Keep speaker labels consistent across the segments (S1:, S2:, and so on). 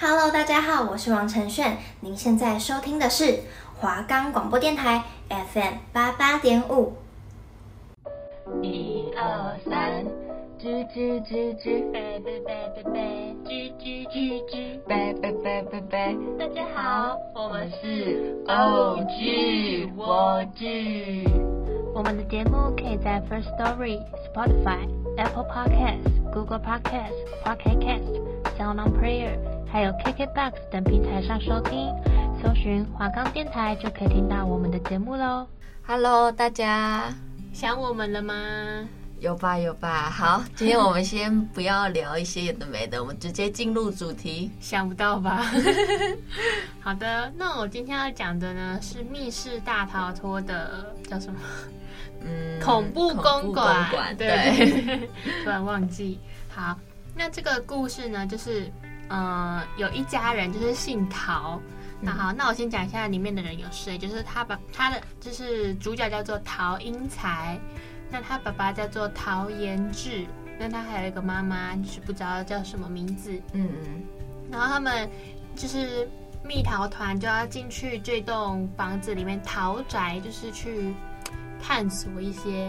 S1: Hello，大家好，我是王晨炫，您现在收听的是华冈广播电台 FM 八八点五。
S2: 一二三，吱吱吱吱，贝贝贝贝贝，吱吱吱吱，贝贝贝贝贝。大家好，我们是 OG 我剧。
S3: 我们的节目可以在 First Story、Spotify、Apple Podcasts、Google Podcasts、Pocket Casts、Sound On Player，还有 KKBox 等平台上收听，搜寻华冈电台就可以听到我们的节目喽。
S2: Hello，大家
S3: 想我们了吗？
S2: 有吧有吧？好，今天我们先不要聊一些有的没的，我们直接进入主题。
S3: 想不到吧？ 好的，那我今天要讲的呢是密室大逃脱的叫什么？
S2: 嗯，
S3: 恐怖公
S2: 恐怖
S3: 馆，
S2: 对，
S3: 对， 突然忘记。好，那这个故事呢，就是呃，有一家人就是姓陶。那好，那我先讲一下里面的人有谁，就是他把他的就是主角叫做陶英才，那他爸爸叫做陶延志，那他还有一个妈妈，就是不知道叫什么名字。
S2: 嗯嗯，
S3: 然后他们就是蜜桃团就要进去这栋房子里面逃宅，就是去探索一些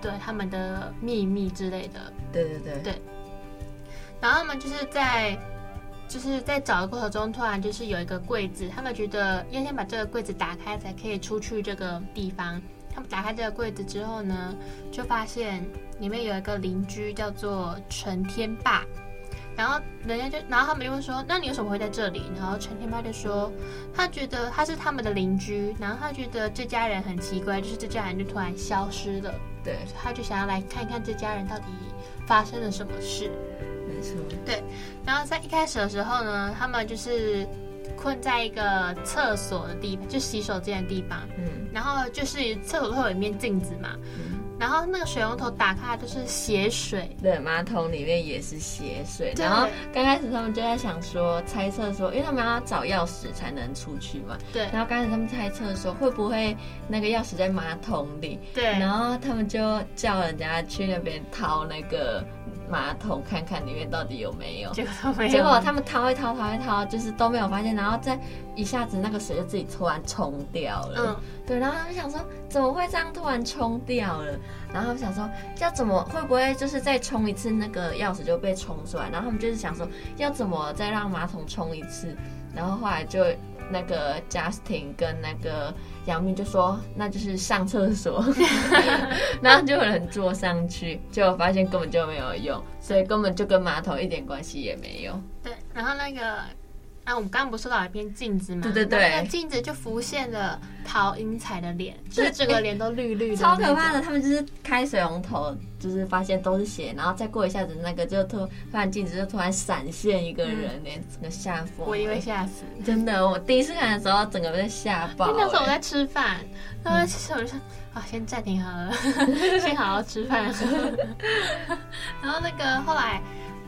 S3: 对他们的秘密之类的。
S2: 对对对，
S3: 对然后他们就是在就是在找的过程中，突然就是有一个柜子，他们觉得要先把这个柜子打开才可以出去这个地方。他们打开这个柜子之后呢，就发现里面有一个邻居叫做陈天霸，然后人家就，然后他们就会说：“那你为什么会在这里？”然后陈天霸就说：“他觉得他是他们的邻居，然后他觉得这家人很奇怪，就是这家人就突然消失了，
S2: 对，
S3: 他就想要来看看这家人到底发生了什么事。”
S2: 没错，
S3: 然后在一开始的时候呢，他们就是困在一个厕所的地方，就洗手间的地方。
S2: 嗯
S3: 然后就是厕所会有一面镜子嘛，
S2: 嗯，
S3: 然后那个水龙头打开就是血水，
S2: 对，马桶里面也是血水，
S3: 对
S2: 然后刚开始他们就在想说，猜测说，因为他们要找钥匙才能出去嘛，
S3: 对
S2: 然后刚才他们猜测说会不会那个钥匙在马桶里，
S3: 对
S2: 然后他们就叫人家去那边掏那个马桶，看看里面到底有没有。
S3: 结果都没有。
S2: 结果他们掏一掏，掏一掏，就是都没有发现，然后再一下子那个水就自己突然冲掉了。
S3: 嗯，
S2: 对，然后他们想说怎么会这样突然冲掉了？然后他们想说要怎么会不会就是再冲一次那个钥匙就被冲出来？然后他们就是想说要怎么再让马桶冲一次？然后后来就那个 Justin 跟那个杨幂就说那就是上厕所，然后就有人坐上去，结果发现根本就没有用，所以根本就跟马桶一点关系也没有。
S3: 对，然后那个。啊，我们刚刚不是说到有一面镜子吗？
S2: 对对对
S3: 然后那个镜子就浮现了陶英才的脸，就是整个脸都绿绿
S2: 哎
S3: 的，
S2: 超可怕的，。他们就是开水龙头，就是发现都是血，然后再过一下子，那个就突突然镜子就突然闪现一个人，连整个吓疯了。
S3: 嗯我以为吓死。
S2: 真的，我第一次看的时候，整个被吓爆、
S3: 因为那时候我
S2: 欸
S3: 在吃饭，然后其实我就想啊，先暂停好了，先好好吃饭。 然后那个后来，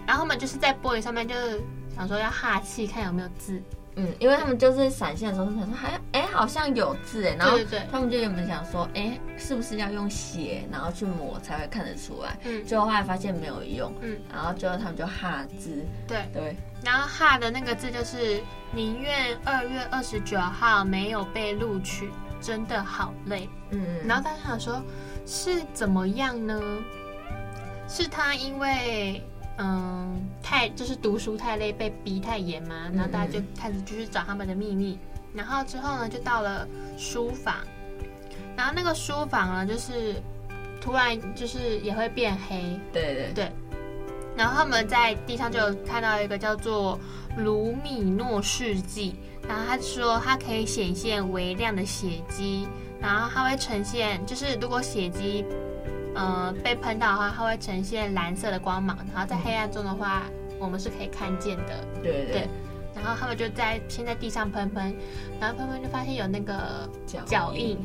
S3: 然后他们就是在玻璃上面就是想说要哈气，看有没有字。
S2: 嗯，因为他们就是闪现的时候，想说还哎、好像有字哎、然后
S3: 对对对
S2: 他们就原本想说哎、是不是要用血然后去抹才会看得出来，
S3: 嗯，
S2: 结果后来发现没有用，
S3: 嗯，
S2: 然后最后他们就哈字，
S3: 对。
S2: 对，
S3: 然后哈的那个字就是宁愿二月二十九号没有被录取，真的好累。
S2: 嗯，
S3: 然后他想说，是怎么样呢？是他因为嗯太就是读书太累，被逼太严嘛，然后大家就开始继续找他们的秘密。然后之后呢，就到了书房，然后那个书房呢，就是突然就是也会变黑，
S2: 对对
S3: 对然后他们在地上就有看到一个叫做卢米诺试剂，然后他说它可以显现微量的血迹，然后它会呈现，就是如果血迹，呃，被喷到的话，它会呈现蓝色的光芒，然后在黑暗中的话，我们是可以看见的。
S2: 对对
S3: 对然后他们就在先在地上喷喷，然后喷喷就发现有那个
S2: 对，
S3: 脚印，，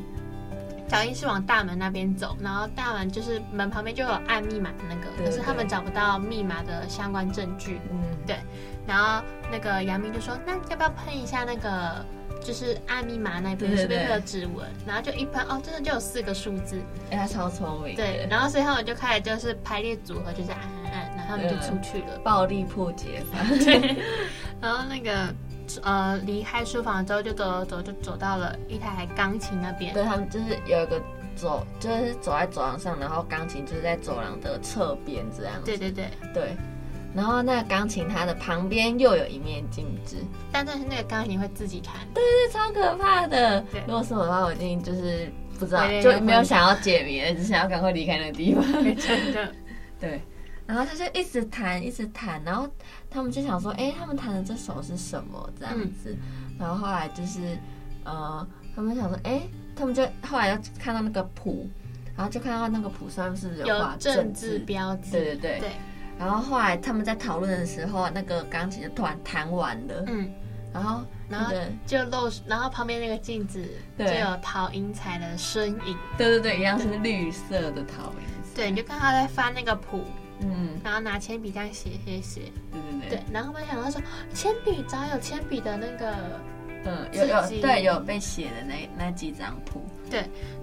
S3: 脚印是往大门那边走，然后大门就是门旁边就有按密码的那个，
S2: 对
S3: 可是他
S2: 对
S3: 们找不到密码的相关证据。
S2: 嗯，
S3: 对然后那个杨明就说：“那要不要喷一下那个，就是按密码那边
S2: 对对
S3: 是不是
S2: 对
S3: 会有指纹？”然后就一喷，哦，真的就有四个数字。
S2: 哎、他超聪明的，
S3: 对，然后所以他们就开始啊就是排列组合，就是按按按，然后他们就出去了。
S2: 暴力破解法，
S3: 然后那个呃离开书房之后就走走走就走到了一台钢琴那 边，
S2: 对他们就是有一个走，就是走在走廊上，然后钢琴就是在走廊的侧边这样子。
S3: 对对对，
S2: 对，然后那个钢琴它的旁边又有一面镜子，
S3: 但但是那个钢琴会自己弹，
S2: 这超可怕的
S3: 对。
S2: 如果是我的话，我一定就是不知道
S3: 对，
S2: 就没有想要解谜，只想要赶快离开那个地方。
S3: 真的，
S2: 对，然后他就一直弹，一直弹，然后他们就想说，哎，他们弹的这首是什么这样子？
S3: 嗯
S2: 然后后来就是，呃，他们想说，哎，他们就后来就看到那个谱，然后就看到那个谱上面是不是有画
S3: 有政
S2: 治？
S3: 治标志，
S2: 对对对。
S3: 对
S2: 然后后来他们在讨论的时候，那个钢琴就突然弹完了，
S3: 嗯，
S2: 然后
S3: 然
S2: 那
S3: 后
S2: 个
S3: 就露出，然后旁边那个镜子就
S2: 对
S3: 有陶英才的身影，嗯
S2: 对对对，一样是绿色的陶影。
S3: 对，你就看他在翻那个谱，
S2: 嗯，
S3: 然后拿铅笔这样写写写，
S2: 对对对，
S3: 对，然后我想到说铅笔早有铅笔的那个。
S2: 嗯，有有
S3: 自己
S2: 对有被写的那那几张谱，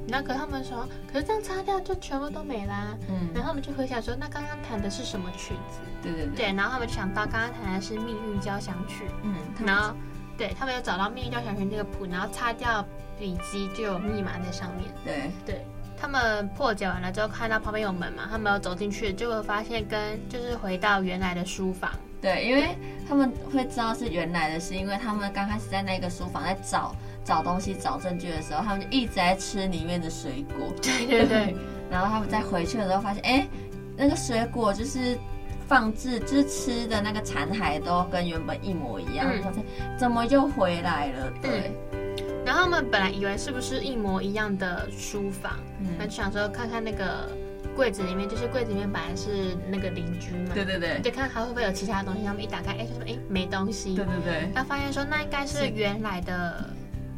S3: 那可他们说，可是这样擦掉就全部都没啦。
S2: 嗯，
S3: 然后我们就回想说，那刚刚弹的是什么曲子？
S2: 对对对，
S3: 对，然后他们就想到刚刚弹的是《命运交响曲
S2: 嗯，》，他们
S3: 然后对他们又找到《命运交响曲》这个谱，然后擦掉笔记就有密码在上面。
S2: 对
S3: 对他们破解完了之后，看到旁边有门嘛，他们要走进去，结果发现跟就是回到原来的书 房。
S2: 对，因为他们会知道是原来的，是因为他们刚开始在那个书房在找找东西、找证据的时候，他们就一直在吃里面的水果，
S3: 对对对，
S2: 然后他们再回去的时候发现，哎，那个水果就是。放置就是吃的那个残骸都跟原本一模一样，
S3: 嗯
S2: 发现怎么又回来了？对，
S3: 然后他们本来以为是不是一模一样的书房，那
S2: 嗯，
S3: 就想说看看那个柜子里面，就是柜子里面本来是那个邻居嘛，
S2: 对对对，
S3: 就看还会不会有其他东西。他们一打开，哎，就说哎没东西，
S2: 对对对，
S3: 他发现说那应该是原来的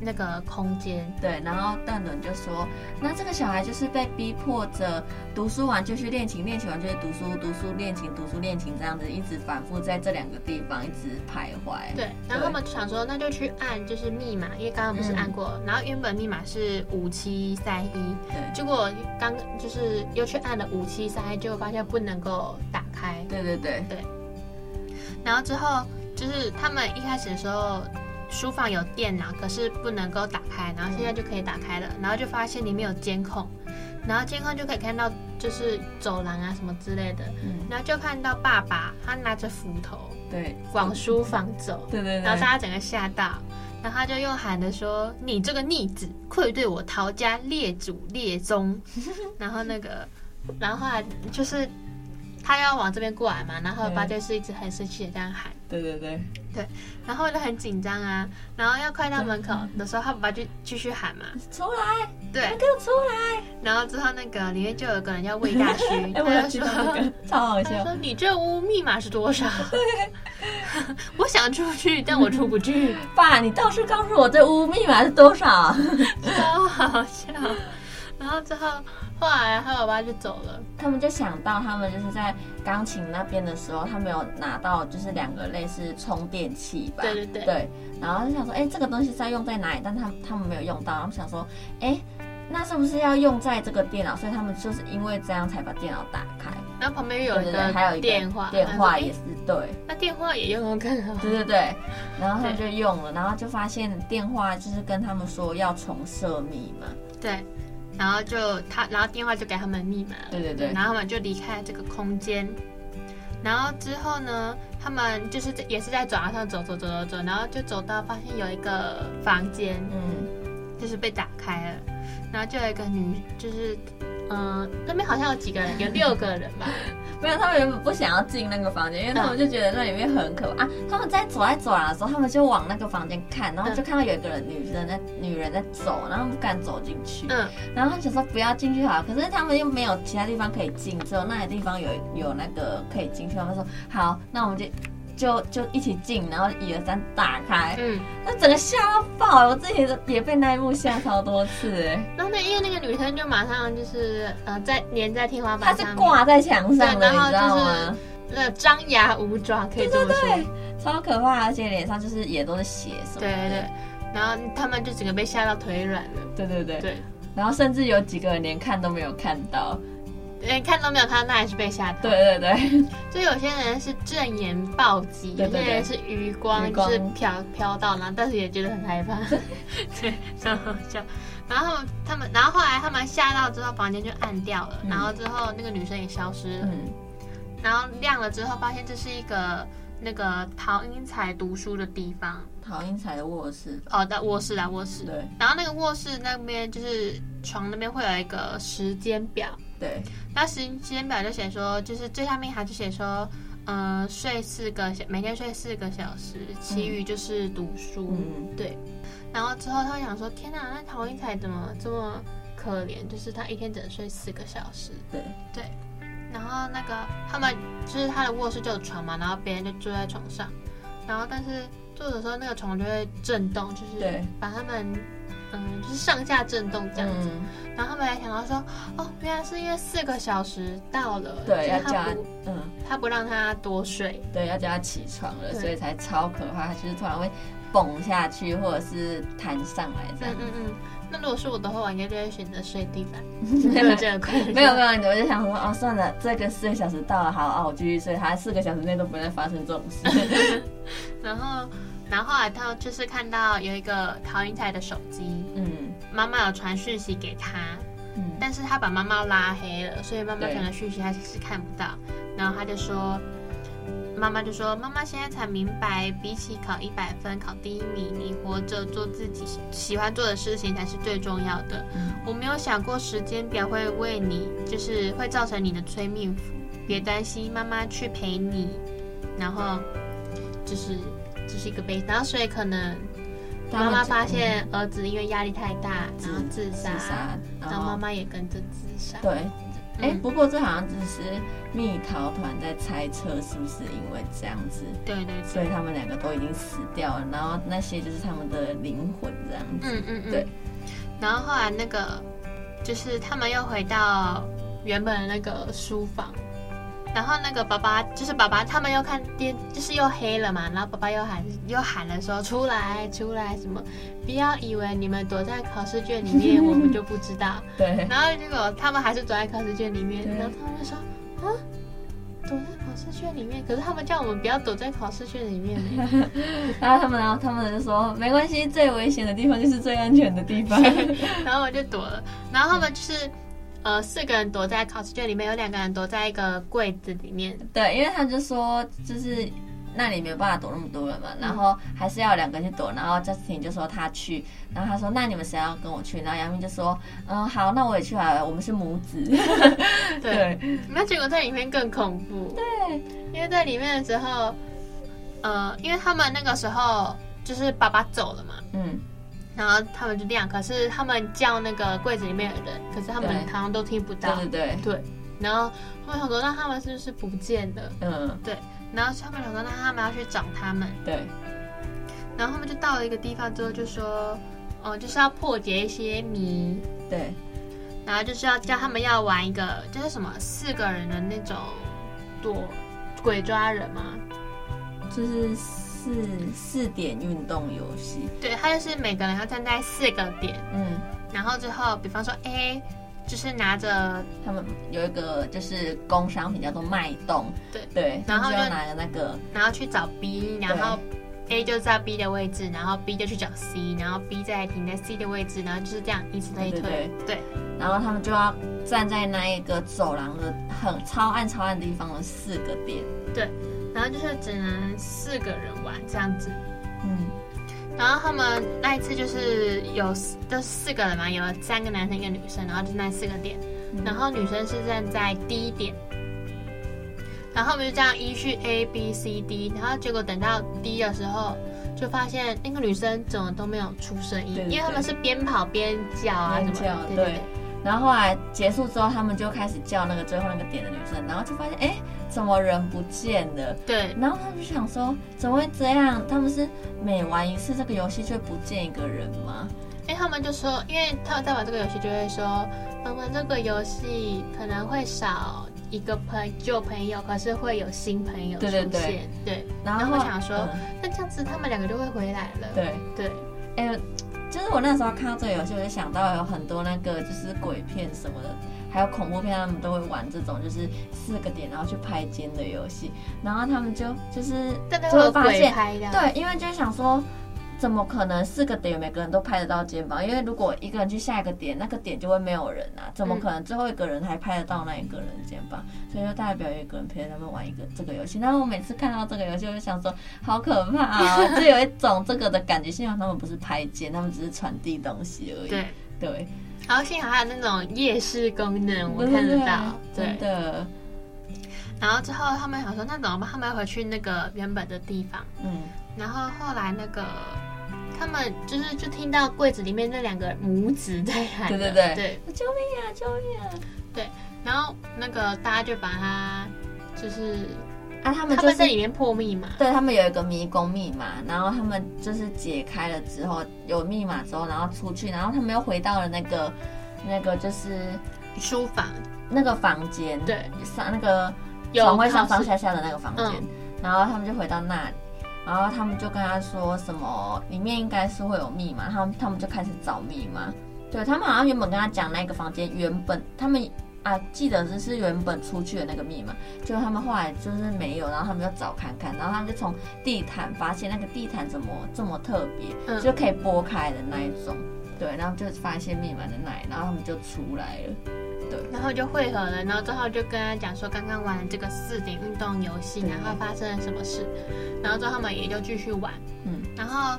S3: 那个空间，
S2: 对，然后邓伦就说，那这个小孩就是被逼迫着读书完就去练琴，练琴完就去读书，读书练琴，读书练琴这样子，一直反复在这两个地方一直徘徊。
S3: 对。然后他们就想说那就去按就是密码，因为刚刚不是
S2: 嗯
S3: 按过，然后原本密码是五七三一，
S2: 对
S3: 结果刚就是又去按了五七三一，结果发现不能够打开。
S2: 对对对
S3: 然后之后就是他们一开始的时候，书房有电脑，可是不能够打开，然后现在就可以打开了，然后就发现里面有监控，然后监控就可以看到就是走廊啊什么之类的，
S2: 嗯
S3: 然后就看到爸爸他拿着斧头
S2: 对
S3: 往书房走，
S2: 对对
S3: 然后
S2: 对
S3: 大家整个吓到。然后他就用喊的说：“你这个逆子，愧对我陶家列祖 列宗。”然后那个，然后后来就是他要往这边过来嘛，然后
S2: 对
S3: 八戒是一直很生气的这样喊，
S2: 对对对，
S3: 然后就很紧张啊，然后要快到门口的时候，他爸爸就继续喊嘛，
S2: 出来，
S3: 对，
S2: 给我出来！
S3: 然后之后那个里面就有一个人叫魏大虚，
S2: 哎，我
S3: 他
S2: 有
S3: 就
S2: 知
S3: 说
S2: 道那个，超好
S3: 他
S2: 笑。
S3: 说你这屋密码是多少？ 我想出去，但我出不去，
S2: 爸，你倒是告诉我这屋密码是多少？
S3: 超好笑。然后之后后来他爸爸就走了，
S2: 他们就想到，他们就是在钢琴那边的时候，他们有拿到就是两个类似充电器吧，
S3: 对对对
S2: 然后就想说，哎，这个东西是要用在哪里？但他他们没有用到，他们想说，哎，那是不是要用在这个电脑？所以他们就是因为这样才把电脑打开。
S3: 然后旁边又有
S2: 对对
S3: 一
S2: 对，还有
S3: 个
S2: 一个
S3: 电话，
S2: 电话
S3: 他说
S2: 也
S3: 诶
S2: 是对。
S3: 那电话也用用看好。
S2: 对对对，然后他们就用了，然后就发现电话就是跟他们说要重设密码，
S3: 对，然后就他，然后电话就给他们密码了。
S2: 对对对
S3: 然后他们就离开了这个空间。然后之后呢，他们就是在也是在走廊上走走走走走，然后就走到发现有一个房间，
S2: 嗯，
S3: 就是被打开了，然后就有一个女，就是嗯、那边好像有几个人，有六个人吧，
S2: 没有，他们原本不想要进那个房间，因为他
S3: 嗯
S2: 们就觉得那里面很可怕、啊。他们在走在走廊的时候，他们就往那个房间看，
S3: 嗯
S2: 然后就看到有一个人女生在女人在走，然后他们不敢走进去，
S3: 嗯，
S2: 然后他们想说不要进去好了，可是他们又没有其他地方可以进，只有那个地方有有那个可以进去。他们说好，那我们就就就一起进，然后一二三打开，
S3: 嗯，
S2: 那整个吓到爆了，我自己都也被那一幕吓超多 次哎、
S3: 然后那因为那个女生就马上就是呃在粘在天花
S2: 它
S3: 板
S2: 是
S3: 上面，
S2: 挂在墙上
S3: 对
S2: 的，
S3: 然
S2: 你
S3: 后
S2: 知道
S3: 就是
S2: 吗？
S3: 那张牙舞爪可以这么说，
S2: 对，超可怕，而且脸上就是也都是血什么的。
S3: 对对对，然后他们就整个被吓到腿软了，
S2: 对对对
S3: 对。
S2: 然后甚至有几个人连看都没有看到，
S3: 连看都没有看到，那还是被吓到。
S2: 对，对 对，
S3: 就有些人是正眼暴击，
S2: 对对
S3: 有些人是余光
S2: 余
S3: 就
S2: 光
S3: 是飘飘到，然后但是也觉得很害怕， 对，超好笑。然后他们他们，然后后来他们吓到之后，房间就暗掉了，
S2: 嗯
S3: 然后之后那个女生也消失了，
S2: 嗯，
S3: 然后亮了之后，发现这是一个那个陶英才读书的地方。
S2: 陶英才的卧室，
S3: 哦，的卧室啦，卧室。
S2: 对
S3: 然后那个卧室那边就是床那边会有一个时间表，
S2: 对，
S3: 那时间表就写说，就是最下面它就写说，呃，睡四个小，每天睡四个小时，其余就是读书。
S2: 嗯
S3: 对。然后之后他想说，天哪，那陶英才怎么这么可怜？就是他一天只能睡四个小时。
S2: 对，
S3: 然后那个他们就是他的卧室就有床嘛，然后别人就坐在床上，然后但是坐的时候那个床就会震动，就是
S2: 对
S3: 把他们嗯就是上下震动这样子。
S2: 嗯
S3: 然后他们还想到说，哦，原来是因为四个小时到了，
S2: 对，
S3: 就
S2: 要
S3: 是
S2: 叫
S3: 他
S2: 他
S3: 不
S2: 嗯，
S3: 他不让他多睡，
S2: 对，要叫他起床了，
S3: 对
S2: 所以才超可怕，就是突然会蹦下去或者是弹上来这
S3: 嗯
S2: 样。
S3: 嗯嗯。那如果是我的话，我应该就会选择睡地 板，没有这个困扰。
S2: 没有没有，我就想说，哦，算了，这个四个小时到了，好啊，我继续睡。他四个小时内都不会再发生这种事。
S3: 然后，然后后来他就是看到有一个陶英才的手机，
S2: 嗯
S3: 妈妈有传讯息给他，
S2: 嗯，
S3: 但是他把妈妈拉黑了，所以妈妈
S2: 对
S3: 传的讯息他其实看不到。然后他就说，妈妈就说，妈妈现在才明白，比起考一百分、考第一名，你活着做自己喜欢做的事情才是最重要的。
S2: 嗯
S3: 我没有想过时间表会为你，就是会造成你的催命符。别担心，妈妈去陪你。然后就是这、是一个悲，然后所以可能
S2: 他
S3: 妈
S2: 们
S3: 妈
S2: 就
S3: 发现儿子因为压力太大，
S2: 自
S3: 然后嗯自
S2: 自
S3: 杀，
S2: 杀，
S3: 然后妈妈也跟着自杀。
S2: 对，哎、
S3: 嗯
S2: 不过这好像只是蜜桃团在猜测，是不是因为这样子，
S3: 对对
S2: 所
S3: 对，
S2: 以他们两个都已经死掉了，然后那些就是他们的灵魂这样子。
S3: 嗯嗯嗯，
S2: 对。
S3: 然后后来那个就是他们又回到原本的那个书房，然后那个爸爸就是爸爸，他们又看电，就是又黑了嘛，然后爸爸又喊又喊了说出来出来什么，不要以为你们躲在考试卷里面，我们就不知道。
S2: 对，
S3: 然后结果他们还是躲在考试卷里面，
S2: 对
S3: 然后他们就说啊，躲在考试卷里面，可是他们叫我们不要躲在考试卷里面呢。
S2: 然后他们然后他们就说，没关系，最危险的地方就是最安全的地 方。
S3: 然后我就躲了。然后他们就是，呃，四个人躲在考试卷里面，有两个人躲在一个柜子里面。
S2: 对，因为他就说就是那里没有办法躲那么多人嘛，
S3: 嗯
S2: 然后还是要两个去躲。然后 Justin 就说他去，然后他说那你们谁要跟我去？然后杨幂就说嗯好，那我也去好了，我们是母子。
S3: 对，那结果在里面更恐怖。对，因为在里面的时候，呃，因为他们那个时候就是爸爸走了嘛，
S2: 嗯，
S3: 然后他们就亮，可是他们叫那个柜子里面的人，可是他们
S2: 对
S3: 好像都听不到
S2: 对。对对，
S3: 对，然后他们想说，那他们是不是不见了？
S2: 嗯
S3: 对，然后他们想说，那他们要去找他们。
S2: 对，
S3: 然后他们就到了一个地方之后，就说，哦、就是要破解一些谜，
S2: 对
S3: 然后就是要叫他们要玩一个，就是什么四个人的那种躲鬼抓人嘛。
S2: 就是四四点运动游戏。
S3: 对，他就是每个人要站在四个点，
S2: 嗯，
S3: 然后之后，比方说 A 就是拿着，
S2: 他们有一个就是工商品叫做脉动。
S3: 对
S2: 对，
S3: 然后
S2: 他们就
S3: 就
S2: 要拿着那个
S3: 然后去找 B，然后 A 就在 B 的位置，然后 B 就去找 C，然后 B 再停在 C 的位置，然后就是这样依次类推。
S2: 对对
S3: 对
S2: 然后他们就要站在那一个走廊的很超暗超暗的地方的四个点。
S3: 然后就是只能四个人玩这样子。
S2: 嗯，
S3: 然后他们那一次就是有四就是四个人嘛，有三个男生一个女生，然后就那四个点，
S2: 嗯
S3: 然后女生是站在第一点，然后我们就这样依序 A B C D，然后结果等到 D 的时候，就发现那个女生怎么都没有出声音，
S2: 对对
S3: 因为他们是边跑边叫啊什么
S2: 边叫
S3: 的，对
S2: 对然后后来结束之后，他们就开始叫那个最后那个点的女生，然后就发现哎，怎么人不见了？
S3: 对
S2: 然后他们就想说，怎么会这样？他们是每玩一次这个游戏就不见一个人吗？
S3: 因为他们就说，因为他们在玩这个游戏就会说，我们这个游戏可能会少一个朋旧朋友，可是会有新朋友出
S2: 对对
S3: 现。
S2: 对
S3: 对
S2: 然
S3: 然
S2: 后
S3: 后我想说
S2: 嗯
S3: 那这样子他们两个就会回来了。
S2: 对，
S3: 对
S2: 哎、就是我那时候看到这个游戏，我就想到有很多那个就是鬼片什么的，还有恐怖片，他们都会玩这种，就是四个点然后去拍肩的游戏，然后他们就就是
S3: 但都
S2: 就
S3: 会有
S2: 会发
S3: 鬼
S2: 现，
S3: 拍的，，
S2: 对，因为就是想说，怎么可能四个点每个人都拍得到肩膀？因为如果一个人去下一个点，那个点就会没有人
S3: 嗯
S2: 啊，怎么可能最后一个人还拍得到那一个人肩膀？所以就代表有一个人陪着他们玩一个这个游戏。然后我每次看到这个游戏，我就想说，好可怕啊！就有一种这个的感觉，幸好他们不是拍肩，他们只是传递东西而已。
S3: 对。
S2: 对，
S3: 然后幸好还有那种夜视功能，我
S2: 对
S3: 看得
S2: 对
S3: 到。对
S2: 真，的，
S3: 然后之后他们想说，那怎么办？他们要回去那个原本的地方。
S2: 嗯，
S3: 然后后来那个他们就是就听到柜子里面那两个母子在喊
S2: 对
S3: 的，
S2: 对对
S3: 对。
S2: 救命啊，救命啊！
S3: 然后那个大家就把它就是
S2: 啊，他们
S3: 他
S2: 就
S3: 们
S2: 是
S3: 在里面破密嘛，
S2: 对他们有一个迷宫密码，然后他们就是解开了之后有密码之后，然后出去，然后他们又回到了那个那个就是
S3: 书房
S2: 那个房间，，
S3: 对
S2: 上那个
S3: 有嗯
S2: 床位上
S3: 靠
S2: 上
S3: 是
S2: 下下的那个房间，然后他们就回到那里。然后他们就跟他说什么里面应该是会有密码，他们他们就开始找密码。对他们好像原本跟他讲那个房间原本他们啊记得这是原本出去的那个密码，就他们后来就是没有，然后他们就找看看，然后他们就从地毯发现那个地毯怎么这么特别，
S3: 嗯
S2: 就可以拨开的那一种。对，然后就发现密码在那里，然后他们就出来了。
S3: 然后就汇合了，然后之后就跟他讲说刚刚玩了这个四点运动游戏，
S2: 对
S3: 然后发生了什么事，然后之后他们也就继续玩，
S2: 嗯，
S3: 然后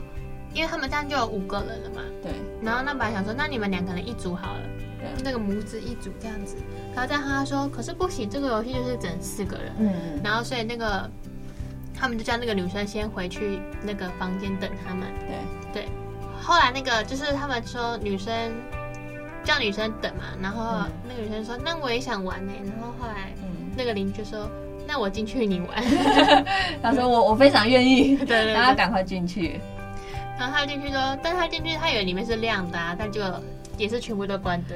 S3: 因为他们这样就有五个人了嘛，
S2: 对，
S3: 然后那本来想说那你们两个人一组好了，
S2: 对
S3: 那个母子一组这样子，然后但他说可是不行，这个游戏就是整四个人，
S2: 嗯，
S3: 然后所以那个他们就叫那个女生先回去那个房间等他们，
S2: 对，
S3: 后来那个就是他们说女生叫女生等嘛，然后
S2: 嗯
S3: 那个女生说那我也想玩呢、然后后来
S2: 嗯，
S3: 那个邻居说那我进去你玩，
S2: 他说我我非常愿 意，
S3: 对对对
S2: 然后赶快进去。
S3: 然后他进去说，但他进去他以为里面是亮的啊，但就也是全部都关灯，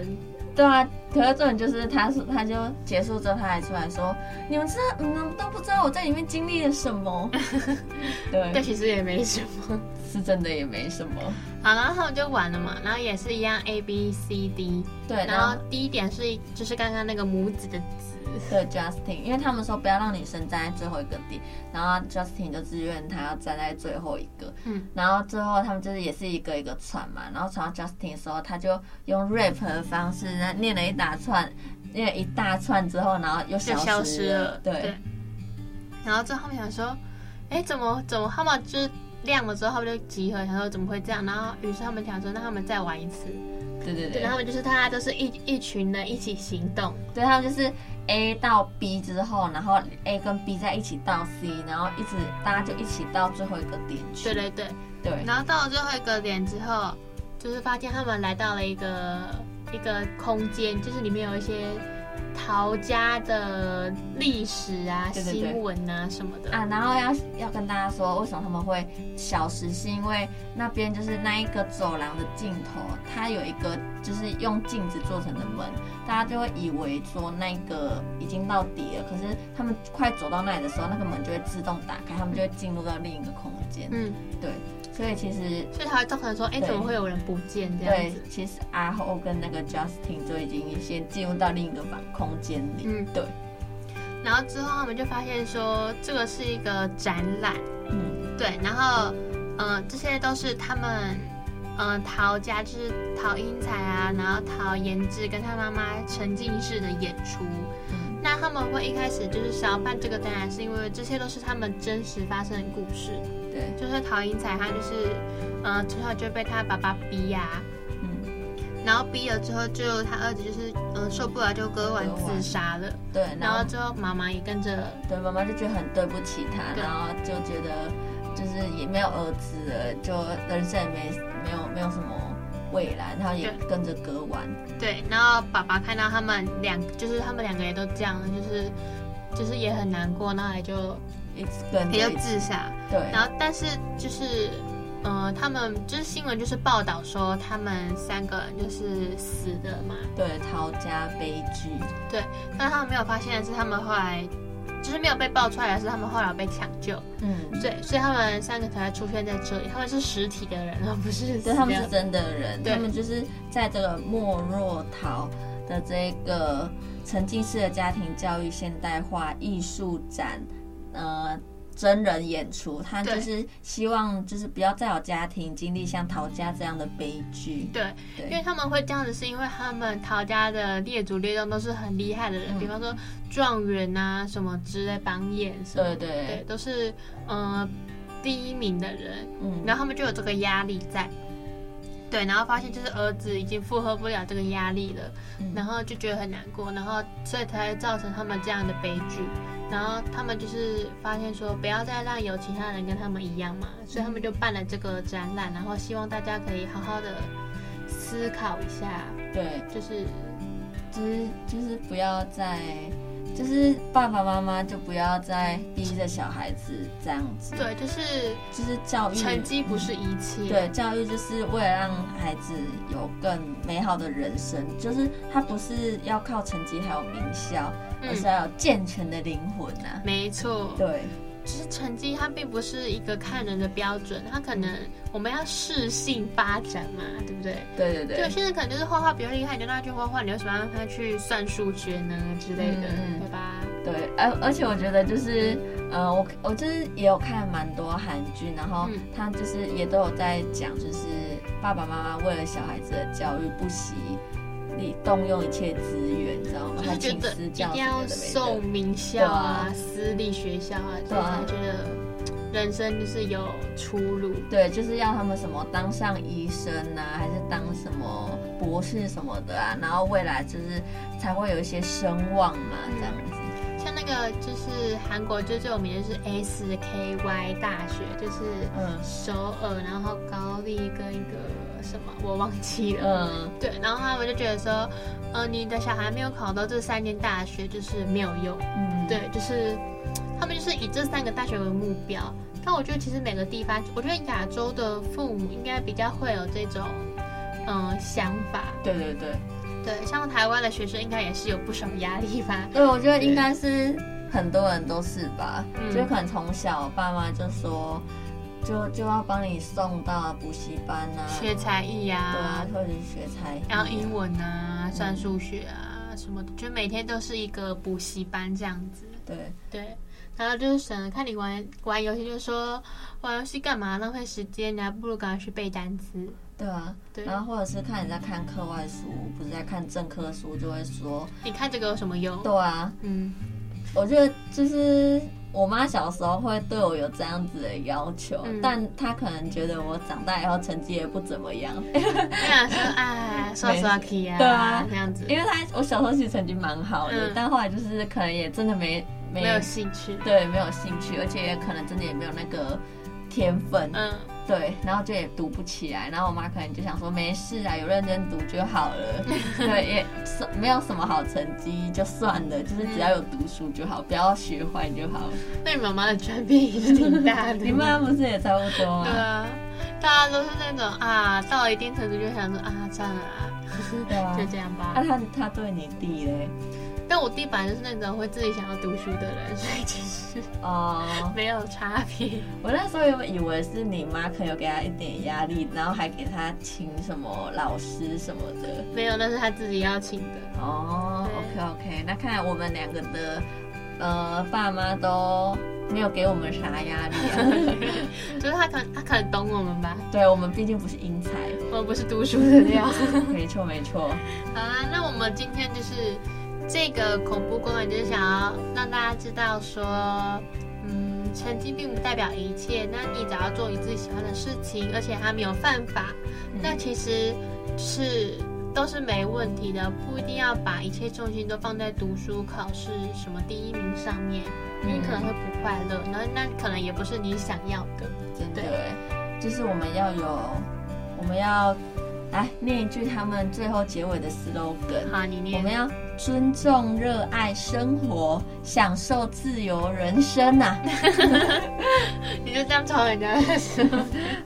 S2: 对啊，可是重点就是他说他就结束之后他还出来说，你们知道你们都不知道我在里面经历了什么。 对，
S3: 但其实也没什么。
S2: 是真的也没什么。
S3: 好，然后他们就玩了嘛，然后也是一样 A B C D，
S2: 对，
S3: 然
S2: 然后
S3: 后第一点是就是刚刚那个母子的子，
S2: 对 Justin，因为他们说不要让女生站在最后一个点，然后 Justin 就自愿他要站在最后一个，
S3: 嗯，
S2: 然后最后他们就是也是一个一个传嘛，然后传到 Justin 的时候，他就用 rap 的方式那念了一大串，念了一大串之后，然后又
S3: 就
S2: 消
S3: 消
S2: 失
S3: 失了。
S2: 对，
S3: 然后之后他们想说，哎，怎么怎么他们就是亮了之后他们就集合，想说怎么会这样？然后于是他们想说，那他们再玩一次。
S2: 对对
S3: 对，
S2: 对
S3: 然后他们就是大家都是一一群人一起行动。
S2: 对他们就是 A 到 B 之后，然后 A 跟 B 在一起到 C，然后一直大家就一起到最后一个点去。
S3: 对对对，
S2: 对
S3: 然后到了最后一个点之后，就是发现他们来到了一个一个空间，就是里面有一些陶家的历史啊、
S2: 对对对
S3: 新闻啊什么的。
S2: 啊，然后要要跟大家说，为什么他们会消失，是因为那边就是那一个走廊的尽头，它有一个就是用镜子做成的门，大家就会以为说那个已经到底了，可是他们快走到那里的时候，那个门就会自动打开，他们就会进入到另一个空间。
S3: 嗯，
S2: 对，所以其实
S3: 所以才会造成说，哎，
S2: 对
S3: 怎么会有人不见这样
S2: 对
S3: 子？，
S2: 其实阿后跟那个 Justin 就已经先进入到另一个房空间里。
S3: 嗯
S2: 对，
S3: 然后之后他们就发现说，这个是一个展览，
S2: 嗯，
S3: 对，然后，嗯、这些都是他们，嗯、陶家就是陶英才啊，然后陶研志跟他妈妈沉浸式的演出。
S2: 嗯
S3: 那他们会一开始就是想要办这个展览，是因为这些都是他们真实发生的故事。
S2: 对，嗯
S3: 就是陶英才他就是，嗯、从小就被他爸爸逼呀、
S2: 嗯，
S3: 然后逼了之后就他儿子就是，嗯、受不了就割腕
S2: 割腕
S3: 自杀了。
S2: 对，
S3: 然
S2: 然
S3: 后
S2: 后
S3: 之后妈妈也跟着
S2: 对妈妈就觉得很对不起他，
S3: 对
S2: 然后就觉得就是也没有儿子了，就人生也没没有没有什么未来，然后也跟着割腕。
S3: 对，然后爸爸看到他们两，就是他们两个人都这样，就是就是也很难过，然后也就
S2: 一直跟着
S3: 也
S2: 一直
S3: 就自杀。
S2: 对，
S3: 然后但是就是，呃，他们就是新闻就是报道说他们三个人就是死的嘛，
S2: 对陶家悲剧，
S3: 但他们没有发现的是他们后来。就是没有被爆出来的是，他们后来有被抢救，
S2: 嗯，
S3: 对，所以他们三个才会出现在这里。他们是实体的人，而不是死
S2: 对，他们
S3: 掉
S2: 是真的人，
S3: 对
S2: 他们就是在这个莫若陶的这个沉浸式的家庭教育现代化艺术展，呃。真人演出，他就
S3: 对
S2: 是希望就是不要再有家庭经历像陶家这样的悲剧。
S3: 对，
S2: 对
S3: 因为他们会这样子，是因为他们陶家的列祖列宗都是很厉害的人，
S2: 嗯
S3: 比方说状元啊什么之类，榜眼什么
S2: 对
S3: 的，
S2: 对
S3: 对，都是呃第一名的人，
S2: 嗯，
S3: 然后他们就有这个压力在。对，然后发现就是儿子已经负荷不了这个压力了，
S2: 嗯
S3: 然后就觉得很难过，然后所以才会造成他们这样的悲剧。然后他们就是发现说，不要再让有其他人跟他们一样嘛，所以他们就办了这个展览，然后希望大家可以好好的思考一下，
S2: 对，
S3: 就是
S2: 就是就是不要再，就是爸爸妈妈就不要再逼着小孩子这样子，
S3: 对，就是
S2: 就是教育
S3: 成绩不是一切，
S2: 对，教育就是为了让孩子有更美好的人生，就是他不是要靠成绩还有名校，而是
S3: 嗯，
S2: 要有健全的灵魂啊。
S3: 没错，
S2: 对，
S3: 就是成绩，它并不是一个看人的标准，它可能我们要适性发展嘛，对不对？
S2: 对对
S3: 对，有些人可能就是画画比较厉害，你就让他去画画，你为什么要让他去算数学呢之类的，
S2: 嗯嗯
S3: 对吧？
S2: 对，而而且我觉得就是，呃，我我就是也有看蛮多韩剧，然后
S3: 嗯
S2: 他就是也都有在讲，就是爸爸妈妈为了小孩子的教育不惜你动用一切资源，你知道吗？
S3: 就
S2: 还
S3: 是觉
S2: 请
S3: 得
S2: 私
S3: 一
S2: 教什么
S3: 定要
S2: 的没
S3: 送
S2: 的
S3: 名校啊、
S2: 对啊
S3: 私立学校啊，所
S2: 对
S3: 以
S2: 啊
S3: 才觉得人生就是有出路。
S2: 对，就是要他们什么当上医生啊，还是当什么博士什么的啊，然后未来就是才会有一些声望嘛，
S3: 嗯
S2: 这样子。
S3: 像那个就是韩国最最有名的就是 SKY 大学，就是
S2: 嗯
S3: 首尔，然后高丽跟一个什么我忘记了。
S2: 嗯，
S3: 对，然后他们就觉得说，呃，你的小孩没有考到这三间大学就是没有用，
S2: 嗯，
S3: 对，就是他们就是以这三个大学为目标。但我觉得其实每个地方，我觉得亚洲的父母应该比较会有这种嗯、呃想法，
S2: 对对对。
S3: 对，像台湾的学生应该也是有不少压力吧，
S2: 对，我觉得应该是很多人都是吧，
S3: 嗯
S2: 就是可能从小爸妈就说，就就要帮你送到补习班啊，
S3: 学才艺呀、
S2: 对啊，或者是学才艺啊，
S3: 然后英文啊，算数学啊什么的，就每天都是一个补习班这样子。
S2: 对
S3: 对，然后就是省得看你玩玩游戏，就说玩游戏干嘛浪费时间，你还不如赶快去背单词。
S2: 对啊，
S3: 对，
S2: 然后或者是看人家看课外书，不是在看正课书，就会说，
S3: 你看这个有什么用？
S2: 对啊，
S3: 嗯，
S2: 我觉得就是我妈小时候会对我有这样子的要求，
S3: 嗯
S2: 但她可能觉得我长大以后成绩也不怎么样，
S3: 你想说 哎，刷刷 K 啊，
S2: 对啊
S3: 这样子，
S2: 因为她我小时候其实成绩蛮好的，
S3: 嗯
S2: 但后来就是可能也真的没没
S3: 没有兴趣。
S2: 对，没有兴趣，而且也可能真的也没有那个天分，
S3: 嗯，
S2: 对，然后就也读不起来。然后我妈可能就想说，没事啊，有认真读就好了， 对，也是没有什么好成绩就算了，就是只要有读书就好，不要学坏就好。
S3: 那你妈妈的转变也是挺大
S2: 啊
S3: 的。
S2: 你妈不是也差不多
S3: 对
S2: 吗？
S3: 啊，大家都是那种啊，到了一定程度就想说啊，算了啊，
S2: 对啊
S3: 就。这样吧
S2: 啊，。他他对你弟嘞？
S3: 但我弟本来就是那种会自己想要读书的人，所以其实
S2: 哦、
S3: 没有差别。
S2: 我那时候原本以为是你妈可能有给他一点压力，然后还给他请什么老师什么的。
S3: 没有，那是他自己邀请的。
S2: 哦，OK
S3: 对
S2: OK，那看来我们两个的呃爸妈都没有给我们啥压 力、啊，
S3: 就是他可能他可能懂我们吧，
S2: 对我们毕竟不是英才，
S3: 我们不是读书的料。
S2: 没错没错，
S3: 好啦，那我们今天就是这个恐怖公园，就是想要让大家知道说，嗯，成绩并不代表一切。那你只要做你自己喜欢的事情，而且它没有犯法，那其实是都是没问题的，不一定要把一切重心都放在读书、考试什么第一名上面，因为可能会不快乐，然后那可能也不是你想要的。
S2: 真的
S3: 对
S2: 耶，就是我们要有，我们要来念一句他们最后结尾的 slogan。
S3: 好，你
S2: 我
S3: 念
S2: 们。要尊重、热爱生活，享受自由人生 呐、啊！
S3: 你就这样抄人家的书，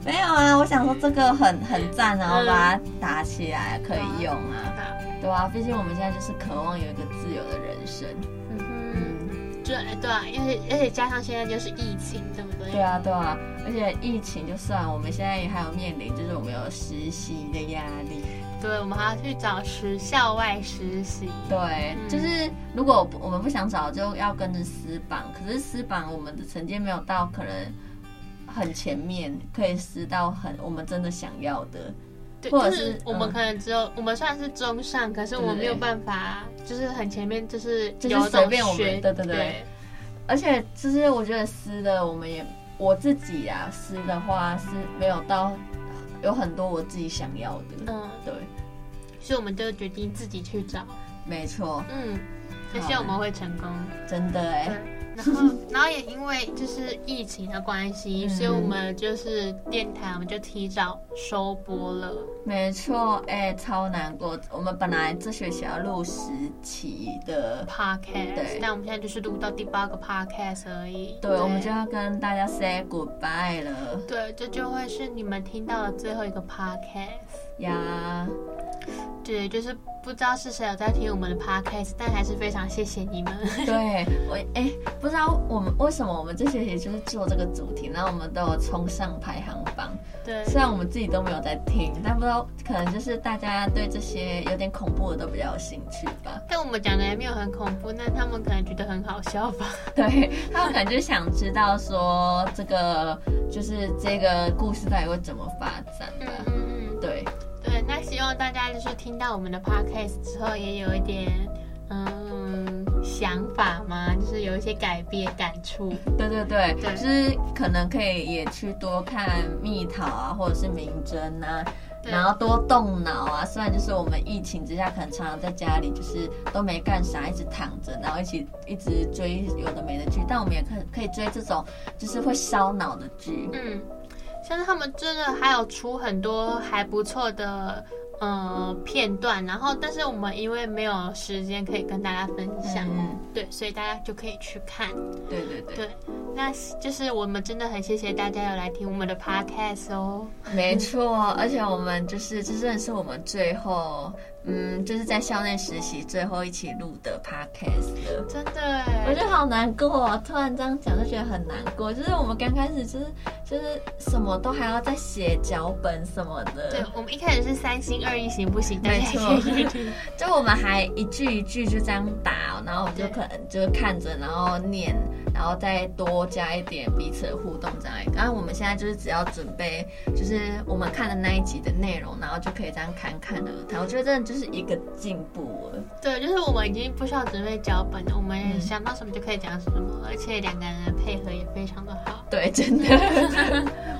S2: 没有啊，我想说这个很很赞啊，我
S3: 嗯
S2: 把它打起来可以用啊。
S3: 好
S2: 对啊，毕竟我们现在就是渴望有一个自由的人生。
S3: 嗯哼，
S2: 嗯，
S3: 就哎对啊，因为而且加上现在就是疫情，对不对？
S2: 对啊，对啊，而且疫情就算，我们现在也还有面临，就是我们有实习的压力。
S3: 对，我们还要去找实校外实习。
S2: 对，
S3: 嗯
S2: 就是如果我们不想找，就要跟着私榜。可是私榜我们的成绩没有到，可能很前面，可以撕到很我们真的想要的。
S3: 对，
S2: 或者
S3: 就是是我们
S2: 嗯
S3: 可能只有、我们虽然是中上，可是我们
S2: 对
S3: 没有办法，就是很前面，就是
S2: 就是
S3: 有
S2: 随
S3: 种
S2: 便我们
S3: 学，
S2: 对对对而且就是我觉得撕的，我们也我自己啊，撕的话是没有到有很多我自己想要的。
S3: 嗯，
S2: 对，
S3: 所以我们就决定自己去找，
S2: 没错，
S3: 嗯，那
S2: 好
S3: 希望我们 会成功。
S2: 真的哎、
S3: 然后，然后也因为就是疫情的关系，
S2: 嗯
S3: 所以我们就是电台，我们就提早收播了。
S2: 没错，哎、超难过。我们本来这学期要录十期的
S3: podcast，
S2: 对
S3: 但我们现在就是录到第八个 podcast 而已。
S2: 对，我们就要跟大家 say goodbye 了
S3: 对，这就会是你们听到的最后一个 podcast。
S2: 呀。
S3: 对，就是不知道是谁有在听我们的 podcast，但还是非常谢谢你们。
S2: 对我哎、不知道我们为什么我们这学期就是做这个主题，然后我们都有冲上排行榜。
S3: 对，
S2: 虽然我们自己都没有在听，但不知道可能就是大家对这些有点恐怖的都比较有兴趣吧。
S3: 但我们讲的也没有很恐怖，那他们可能觉得很好笑吧？
S2: 对他们可能就想知道说这个就是这个故事到底会怎么发展
S3: 嗯
S2: 吧。
S3: 嗯嗯。
S2: 对，
S3: 对，那希望大家就是听到我们的 podcast 之后，也有一点嗯想法嘛，就是有一些改变感触。
S2: 对对对，
S3: 对
S2: 就是可能可以也去多看蜜桃啊，或者是明侦啊，
S3: 对
S2: 然后多动脑啊。虽然就是我们疫情之下，可能常常在家里就是都没干啥，一直躺着，然后一起一直追有的没的剧，但我们也可可以追这种就是会烧脑的剧。
S3: 嗯，像是他们真的还有出很多还不错的呃片段，然后但是我们因为没有时间可以跟大家分享，
S2: 嗯
S3: 对，所以大家就可以去看。
S2: 对对对，
S3: 对，那就是我们真的很谢谢大家有来听我们的 podcast 哦。
S2: 没错。而且我们就是这真的是我们最后，嗯，就是在校内实习最后一起录的 podcast 了。
S3: 真的
S2: 我觉
S3: 耶，
S2: 得好难过、哦，突然这样讲就觉得很难过。就是我们刚开始就是就是什么都还要再写脚本什么的，
S3: 对，我们一开始是三心二意行不行？大家
S2: 没错
S3: 也可以听。
S2: 就我们还一句一句就这样打哦，然后我就
S3: 对
S2: 可能就是看着，然后念，然后再多加一点彼此的互动这样。然后我们现在就是只要准备，就是我们看的那一集的内容，然后就可以这样侃侃而谈。我觉得真的就是一个进步了，
S3: 对，就是我们已经不需要准备脚本了，我
S2: 嗯
S3: 们想到什么就可以讲什么，而且两个人的配合也非常的好。
S2: 对，真的。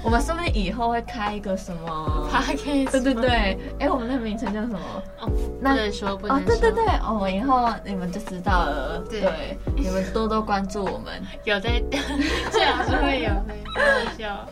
S2: 我们说不定以后会开一个什么
S3: Podcast，
S2: 对对对，，哎、我们的名称叫什么？
S3: 哦，不
S2: 那
S3: 能说不能
S2: 哦
S3: 说，，
S2: 对对对，哦，我以后你们就知道了。
S3: 对
S2: 对，你们多多关注我 们。
S3: 有在， 最好是会有的，开玩笑。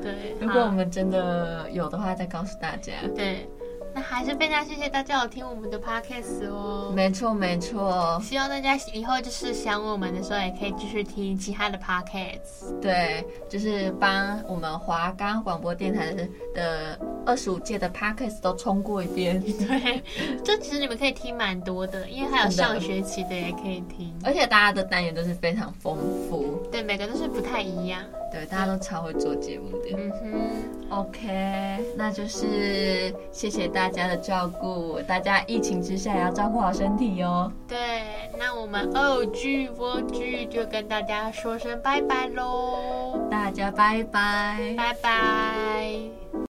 S3: 对，
S2: 如果
S3: 好
S2: 我们真的有的话，再告诉大家。
S3: 对，那还是非常谢谢大家有听我们的 podcast 哦。
S2: 没错，没错，
S3: 希望大家以后就是想我们的时候，也可以继续听其他的 podcast。
S2: 对，就是帮我们华冈广播电台的二十五届的 podcast 都冲过一 遍，
S3: 对，就其实你们可以听蛮多的，因为还有
S2: 真的
S3: 上学期的也可以听。
S2: 而且大家的单元都是非常丰富，
S3: 对，每个都是不太一样。
S2: 对，大家都超会做节目的。
S3: 嗯哼。
S2: OK，那就是谢谢大家的照顾，大家疫情之下也要照顾好身体哦。
S3: 对，那我们二句播剧就跟大家说声拜拜喽，
S2: 大家拜拜。
S3: 拜拜。